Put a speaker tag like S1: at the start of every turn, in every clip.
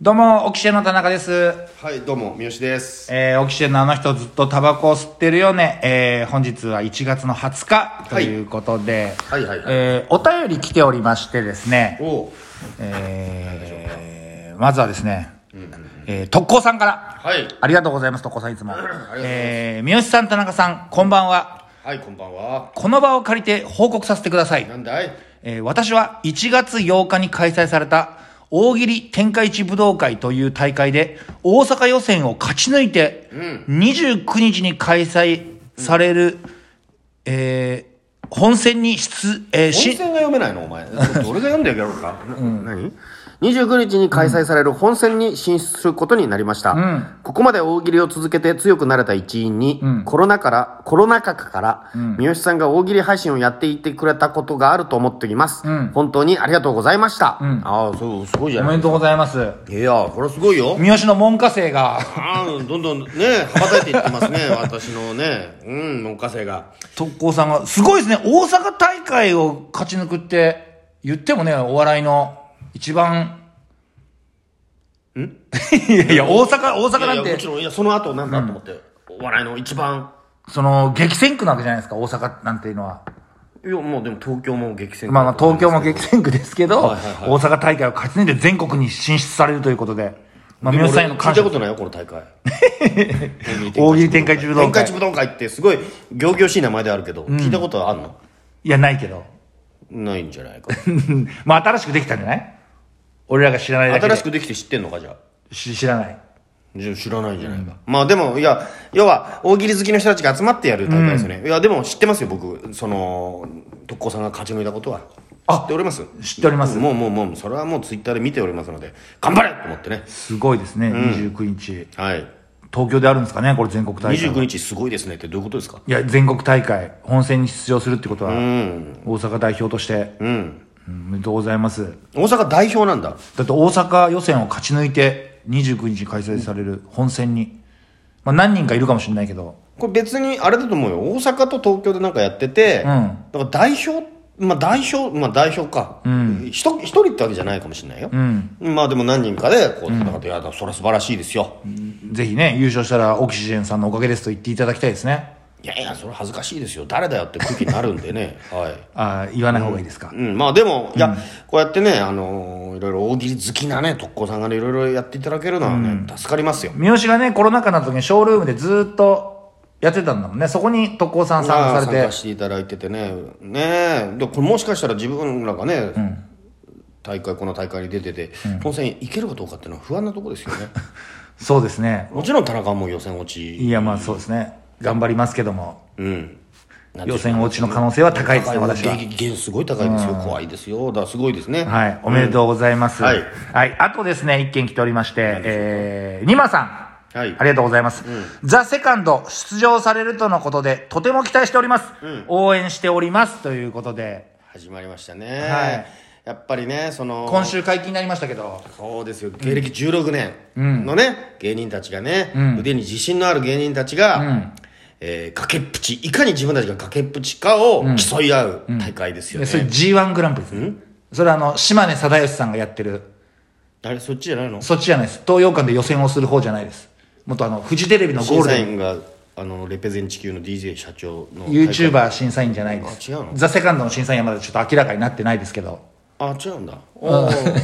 S1: どうも、オキシエンの田中です。
S2: はい、どうも、三好です。
S1: えー、オキシエンのあの人ずっとタバコを吸ってるよね。えー、本日は1月の20日と
S2: はい
S1: いうことで、
S2: はいはいはい
S1: えー、お便り来ておりましてですね、
S2: おう
S1: えー、まずはですね、えー、特攻さんから、
S2: はい
S1: ありがとうございます、特攻さんいつも。
S2: ます
S1: えー、三好さん、田中さん、こんばんは。
S2: はい、こんばんは。
S1: この場を借りて報告させてください。
S2: なんだい
S1: えー私は1月8日に開催された大喜利天下一武道会という大会で大阪予選を勝ち抜いて、29日に開催される、えー本戦に出、えー
S2: 温
S1: し
S2: 泉が読めないのお前。 どれが読んでやろうか。な何29日に開催される本戦に進出することになりました、ここまで大喜利を続けて強くなれた一因に、コロナからコロナ禍から、三好さんが大喜利配信をやっていてくれたことがあると思っています、本当にありがとうございました、ああそうすごいじゃ
S1: お
S2: な
S1: め
S2: い
S1: でとうございます
S2: いやこれすごいよ
S1: 三好の門下生が
S2: ああどんどんね羽ばたいていってます ね私のねうん門下生が
S1: 特攻さんがすごいですね大阪大会を勝ち抜くって言ってもねお笑いの一番ん いやいや大阪大阪
S2: いやい
S1: な
S2: や
S1: んて
S2: もちろんいやその後なんだと思って、お笑いの一番
S1: その激戦区なわけじゃないですか大阪なんていうのはい
S2: やもうでも東京も激戦区
S1: まあまあ東京も
S2: だと思い
S1: 激戦区ですけど、
S2: はいはいはい
S1: 大阪大会を勝ち抜いて全国に進出されるということで、まあ、
S2: ま
S1: 皆
S2: す
S1: さ
S2: け
S1: んへ
S2: ど
S1: の
S2: 聞
S1: 感
S2: いた
S1: 謝
S2: ことないよこの大会
S1: 大喜利展開中武道会
S2: 展開中武道会ってすごい行々しい名前であるけど、聞いたことはあんの
S1: いやないけど
S2: ないんじゃないか
S1: まあ新しくできたんじゃない俺らが知らないだけで
S2: 新しくできて知ってんのかじゃあ
S1: し知らない
S2: じゃあ知らないんじゃないか、まあでもいや要は大喜利好きの人たちが集まってやる大会ですよね、いやでも知ってますよ僕その特攻さんが勝ち抜いたことは
S1: あ
S2: 知っております
S1: 知っております
S2: もうもうもうそれはもうツイッターで見ておりますので頑張れと思ってね
S1: すごいですね、29日
S2: はい
S1: 東京であるんですかねこれ全国大会
S2: 29日すごいですねってどういうことですか
S1: いや全国大会本戦に出場するってことは、
S2: うん
S1: 大阪代表として、
S2: うん
S1: うんおめでとうございます
S2: 大阪代表なんだ
S1: だって大阪予選を勝ち抜いて29日に開催される本戦に、まあ、何人かいるかもしれないけど
S2: これ別にあれだと思うよ大阪と東京でなんかやってて、
S1: ん
S2: だから代表まあ代表まあ代表か一、人一人ってわけじゃないかもしれないよ、まあでも何人かでこう戦って、いやだからそれは素晴らしいですよ、
S1: ぜひね優勝したらオキシジェンさんのおかげですと言っていただきたいですね
S2: いやいやそれは恥ずかしいですよ誰だよって空気になるんでね はい
S1: あー言わない方がいいですか、
S2: うん、まあでも、いや、こうやってね、あのーいろいろ大喜利好きなね、特攻さんがね、いろいろやっていただけるのはね、助かりますよ。
S1: 三好がねコロナ禍の時にショールームでずーっとやってたんだもんねそこに特攻さん参加さ
S2: 参
S1: れ
S2: 加
S1: て
S2: していただいててねねえでこれもしかしたら自分らがね、大会この大会に出てて、本戦いけるかどうかっていうのは不安なとこですよね
S1: そうですね
S2: もちろん田中はもう予選落ち
S1: いやまあそうですね頑張りますけども
S2: うんなんてい
S1: 予
S2: う
S1: 選落ちの可能性は高いですね
S2: 高い
S1: 私は
S2: げげげすごい高いですよ、怖いですよだからすごいですね
S1: はいおめでとうございます、
S2: うんはい
S1: はい、あとですね一件来ておりましてえー、ニマさん
S2: はい
S1: ありがとうございます。ザ・セカンド出場されるとのことで、とても期待しております。応援しております。ということで、
S2: 始まりましたね、
S1: はい
S2: やっぱりねその
S1: 今週解禁になりましたけど、
S2: そうですよ芸歴16年のね、芸人たちがね、腕に自信のある芸人たちが、えー崖っぷちいかに自分たちが崖っぷちかを競い合う大会ですよ
S1: で
S2: ね、
S1: それ G1 グランプリですね。それあの、島根貞義さんがやってる、
S2: あれそっちじゃないの
S1: そっちじゃないです。東洋館で予選をする方じゃないです。もっとあの、フジテレビのゴ
S2: 審
S1: ール
S2: 査
S1: デン、
S2: 員があのレペゼン地球の DJ 社長の大会
S1: YouTuber 審査員じゃないです。
S2: あ違うの
S1: ザ・セカンドの審査員はまだちょっと明らかになってないですけど、
S2: あ違うんだ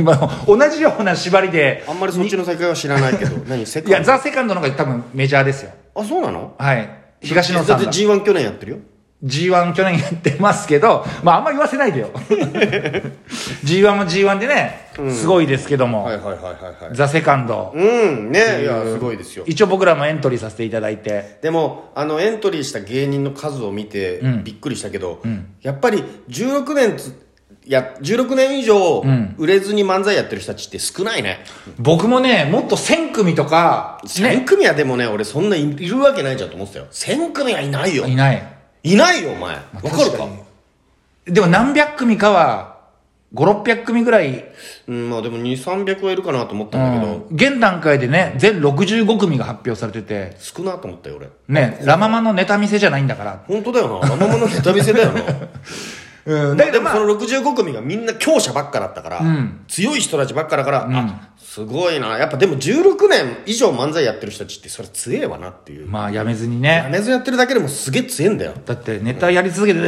S1: まあ同じような縛りで
S2: あ、んまりそっちの大会は知らないけ ど何世
S1: いや、
S2: 界
S1: ザ・セカンドの方が多分メジャーですよ。
S2: あそうなの
S1: はい。東野
S2: だ
S1: さ
S2: っ
S1: ん
S2: て
S1: が
S2: G1 去年やってるよ
S1: G1 去年やってますけど、まああんま言わせないで よ。G1 も G1 でね、すごいですけども、
S2: はいはいはいはいはい
S1: ザ・セカンド、
S2: うんねいやすごいですよ
S1: 一応僕らもエントリーさせていただいて、
S2: でもあのエントリーした芸人の数を見てびっくりしたけど、やっぱり16年つや16年以上売れずに漫才やってる人たちって少ないね、
S1: 僕もね、もっと1000組とか、
S2: 1000組はでもね俺そんないいるわけないじゃんと思ってたよ1000組はいないよ
S1: いない。
S2: いないよお前わかる
S1: 確
S2: か
S1: かにでも何百組かは、5、600組ぐらい、
S2: うんまあでも2300はいるかなと思ったんだけど、
S1: 現段階でね、全65組が発表されてて、
S2: 少なと思ったよ俺
S1: ね、ラママのネタ見せじゃないんだから。
S2: 本当だよなママのネタ見せだよな
S1: うん、
S2: だ
S1: だ
S2: け
S1: けど
S2: ど
S1: まあ
S2: その65組がみんな強者ばっかだったから、強い人たちばっかだから、あすごいな。やっぱでも16年以上漫才やってる人たちってそれ強えわなっていう。
S1: まあやめずにね
S2: やめずやってるだけでもすげえ強えんだよ。
S1: だってネタやり続けて、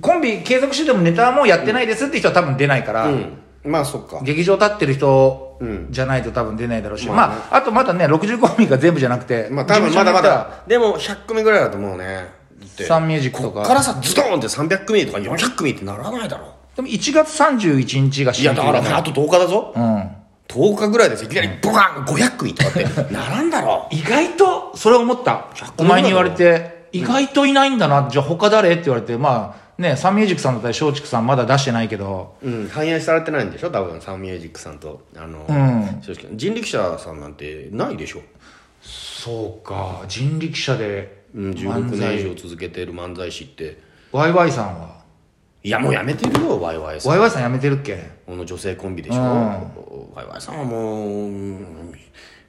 S1: コンビ継続しててもネタはもうやってないですって人は多分出ないから、
S2: うん。まあそっか。
S1: 劇場立ってる人
S2: うん
S1: じゃないと多分出ないだろうし、
S2: まあね
S1: まああとまだね60コンビが全部じゃなくて
S2: まあ多分
S1: 事務所によ
S2: まだま
S1: っては
S2: だ。でも100組ぐらいだと思うね。って
S1: サンミュージックとか
S2: こっからさ、ズドンって300組とか400組ってならないだろ。
S1: でも1月31日が
S2: い
S1: 新
S2: やだからね、あと10日だぞ。
S1: うん
S2: 10日ぐらいですいきなりボカン500組とかってならんだろ
S1: 意外とそれ思った
S2: 100
S1: お前に言われて意外といないんだな、じゃあ他誰って言われてまあねサンミュージックさんだったり松竹さんまだ出してないけど
S2: うん反映されてないんでしょ多分サンミュージックさんとあの、
S1: ん
S2: 正直人力車さんなんてないでしょ、
S1: そうか人力車で
S2: うん、16
S1: 漫
S2: 年以
S1: 才
S2: 上続けてる漫才師って
S1: ワイワイさんはい
S2: やもうやめてるよワイワイさん
S1: ワイワイさんやめてるっけ
S2: この女性コンビでしょ、
S1: うん
S2: ワイワイさんはもううん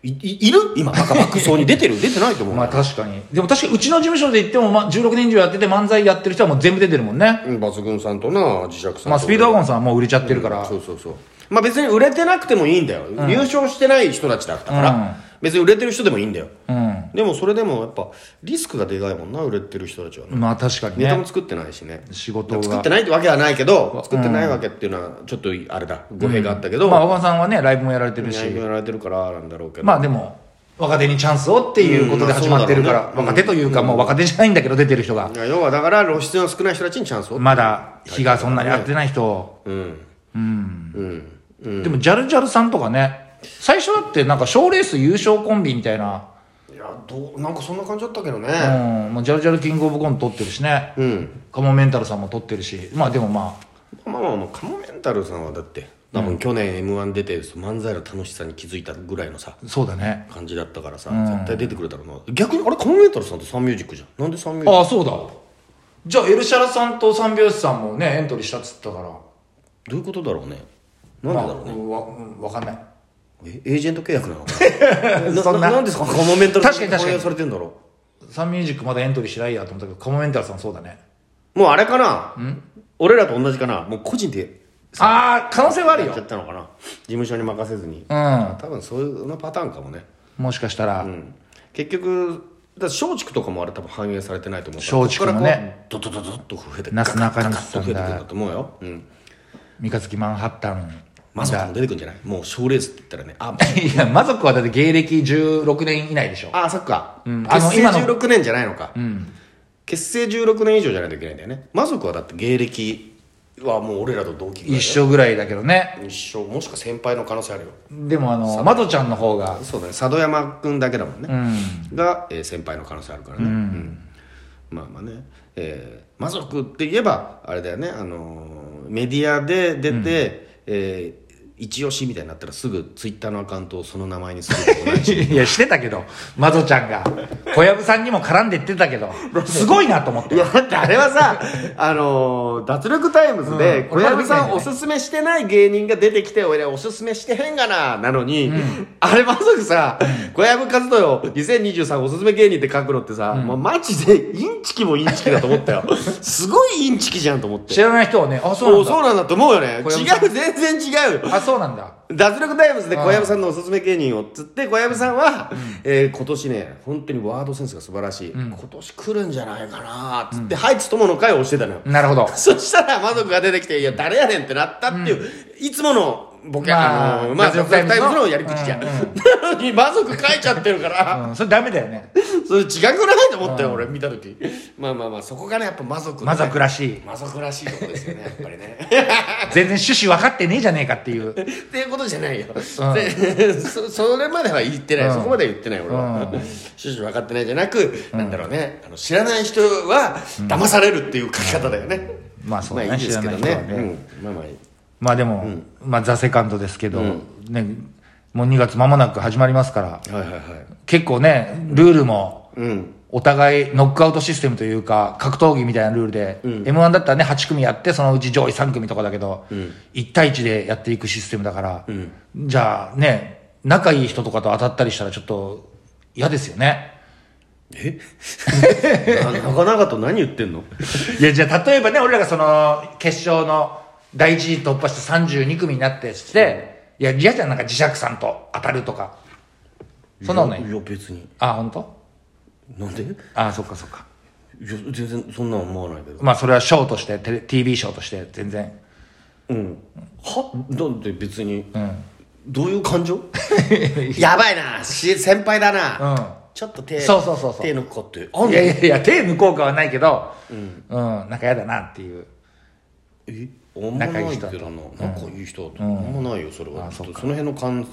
S2: いいいる今バカ爆走に出てる 出てないと思う、
S1: まあ確かにでも確かにうちの事務所で言っても、まあ、16年以上やってて漫才やってる人はもう全部出てるもんね
S2: うん抜群さんとな磁石さんと
S1: まあスピードワゴンさんはもう売れちゃってるから、
S2: そうそうそうまあ別に売れてなくてもいいんだよ、入賞してない人たちだったから、
S1: うん
S2: 別に売れてる人でもいいんだよ、
S1: うん
S2: でもそれでもやっぱリスクがでかいもんな売れてる人たちはね、
S1: まあ確かに
S2: ネタ
S1: ね
S2: も作ってないしね
S1: 仕事が
S2: 作ってないってわけはないけど作ってないわけっていうのはちょっとあれだ語弊があったけど、
S1: まあワゴンさんはねライブもやられてるし
S2: 内容やられてるからなんだろうけど、
S1: まあでも若手にチャンスをっていうことで始まってるから、
S2: うんまあそうだろうね
S1: 若手というかもう若手じゃないんだけど出てる人が、
S2: いや要はだから露出の少ない人たちにチャンスを
S1: まだ日がそんなに合ってない人を、
S2: うんうんうん
S1: でもジャルジャルさんとかね最初だってなんか賞ーレース優勝コンビみたいな、
S2: いやどうなんかそんな感じだったけど
S1: う
S2: ね
S1: ん、もうジャルジャルキングオブコント取ってるしね、
S2: うん、
S1: カモメンタルさんも取ってるしまあでもまあ
S2: まあまあまあカモメンタルさんはだって多分去年 m 1出て漫才の楽しさに気づいたぐらいのさ
S1: そうだね
S2: 感じだったからさ、絶対出てくれたろうな逆にあれカモメンタルさんってサンミュージックじゃんなんでサンミュージック
S1: ああそうだじゃあエルシャラさんと三拍子さんもねエントリーしたっつったから
S2: どういうことだろうねなんでだろうね、
S1: まあわうんわかんない
S2: えエージェント契約なのかな
S1: そんな
S2: ななんですかカモメンタル
S1: 確かに確かに
S2: 放映されてんだろ
S1: サンミュージックまだエントリーしないやと思ったけどカモメンタルさんそうだね
S2: うもうあれかな俺らと同じかなもう個人で
S1: ああ可能性はある
S2: やっ
S1: よ
S2: ちゃったのかな事務所に任せずに
S1: う
S2: 多分そういうのパターンかもね
S1: んもしかしたら、
S2: うん結局だから松竹とかもあれ多分反映されてないと思うから
S1: 松竹もね
S2: こっからこうドドドドッと増えて
S1: なすなかにし
S2: ガ
S1: さ
S2: ッ
S1: んだ
S2: と増えてくるんだと思うよ、うん、
S1: 三日月マンハッタン
S2: まさかも出てくるんじゃないもう賞ーレースって言ったらねあ
S1: いや魔族はだって芸歴16年以内でしょ
S2: あそっか、
S1: んあの
S2: 結成
S1: 今の
S2: 16年じゃないのか、結成16年以上じゃないといけないんだよね魔族はだって芸歴はもう俺らと同期ぐらい
S1: 一
S2: だよ
S1: 緒ぐらいだけどね
S2: 一緒もしくは先輩の可能性あるよ
S1: でもあのマドちゃんの方が
S2: そうだね佐渡山君だけだもんね、が、えー先輩の可能性あるからね、うんまあまあね、えー、魔族って言えばあれだよね、あのーメディアで出て、えー一押しみたいになったらすぐツイッターのアカウントをその名前にするとかないし
S1: いやしてたけどマドちゃんが小籔さんにも絡んでってたけどすごいなと思って
S2: いやだってあれはさ、あのー脱力タイムズで
S1: うん
S2: 小籔さ
S1: これは見てない
S2: ん
S1: ね
S2: おすすめしてない芸人が出てきて俺おすすめしてへんがななのに、あれまさかさ小籔和豊2023おすすめ芸人って書くのってさ、もうマジでインチキもインチキだと 思ったよすごいインチキじゃんと思って
S1: 知らない人はねあそうな
S2: おお
S1: んだ
S2: そうなんだと思うよね違
S1: 小籔さん
S2: う全然違うよ
S1: あそうなんだ
S2: 脱力タイムズで小籔さんのおすすめ芸人をっつって小籔さんは、えー今年ね本当にワードセンスが素晴らしい、今年来るんじゃないかなっつって、はいつともの会を押してたのよ、
S1: なるほど
S2: そしたら魔族が出てきて「いや誰やねん」ってなったっていう、いつものボケ、
S1: まあ
S2: あのまあ
S1: 脱
S2: 脱
S1: 力
S2: 力
S1: タ
S2: タ
S1: イ
S2: イ
S1: ム
S2: ム
S1: ズの
S2: ズのやり口じゃん、なのに魔族書いちゃってるから、
S1: うんそれダメだよね
S2: それ違くないと思ったよ、俺見た時まあまあまあそこがねやっぱ魔族のね、
S1: 魔族らしい
S2: 魔族らしいとこですよねやっぱりね
S1: 全然趣旨分かってねえじゃねえかっていう
S2: っていうことじゃないよ、で そそれまでは言ってない、
S1: うん
S2: そこまでは言ってない俺は、趣旨分かってないじゃなく、なんだろうねあの知らない人は騙されるっていう書き方だよね、
S1: まあそうだね
S2: まあいいですけど
S1: 知らない
S2: ね
S1: 人はね
S2: うん、まあまあいい
S1: まあでも、まあザ・セカンドですけど、ねもう2月間もなく始まりますから
S2: はいはいはい
S1: 結構ねルールも
S2: うん
S1: お互いノックアウトシステムというか格闘技みたいなルールで、m 1だったらね8組やってそのうち上位3組とかだけど、1対1でやっていくシステムだから、じゃあね仲いい人とかと当たったりしたらちょっと嫌ですよね
S2: な 長々と何言ってんの
S1: いやじゃあ例えばね俺らがその決勝の第一次突破して32組になってして、いや、嫌じゃん、なんか磁石さんと当たるとか。そんなことない
S2: いや、別に。
S1: あ、本当？
S2: なんでいや、
S1: あ、そっかそっか。
S2: 全然そんなん思わないけど。
S1: まあ、それはショーとして、テレ TV ショーとして、全然。
S2: うん。はなんで別に。
S1: うん。
S2: どういう 感情やばいな。し先輩だな。
S1: うん。
S2: ちょっと手、
S1: そうそうそうそう
S2: 手抜くかって。あんの
S1: いやいやいや、手抜こうかはないけど、うん、なんか嫌だなっていう。
S2: えあんまないけどな仲いい人だとあんまないよそれは、ちょっとその辺の感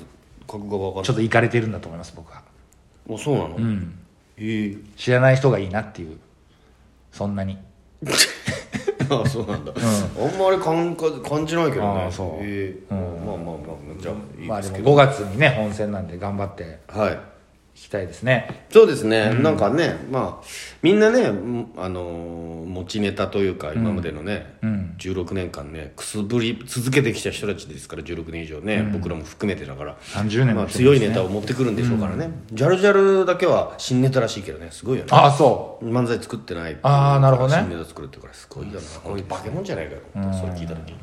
S2: 覚が分かる
S1: ちょっといかれてるんだと思います、僕は。
S2: あそうなの、え
S1: 知らない人がいいなっていう。そんなに。
S2: え あそうなんだ、あんまり感覚感じないけど
S1: あ
S2: ね
S1: あそう
S2: ええまあまあまあじゃあいい
S1: まあ
S2: で
S1: ですも
S2: け
S1: 5
S2: ど、
S1: 月にね、本戦なんで頑張って
S2: はい
S1: いきたいですね。
S2: そうですね、なんかねまあみんなねうんあのー持ちネタというか今までのね、16年間ねくすぶり続けてきた人たちですから16年以上ね、僕らも含めてだから
S1: 30年も
S2: まあ、
S1: 来てる
S2: 強
S1: んで
S2: い
S1: すね
S2: ネタを持ってくるんでしょうからね、ジャルジャルだけは新ネタらしいけどねすごいよね
S1: ああ、そう。
S2: 漫才作ってない
S1: あーなるほどね
S2: 新ネタ作るってからすごいよなすごい化け物じゃないかよそれ聞いた時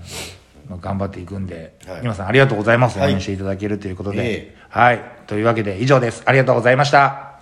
S1: まあ頑張っていくんで、
S2: はい
S1: 皆さんありがとうございます。応
S2: はい
S1: 援していただけるということで。
S2: え
S1: はい。というわけで以上です。ありがとうございました。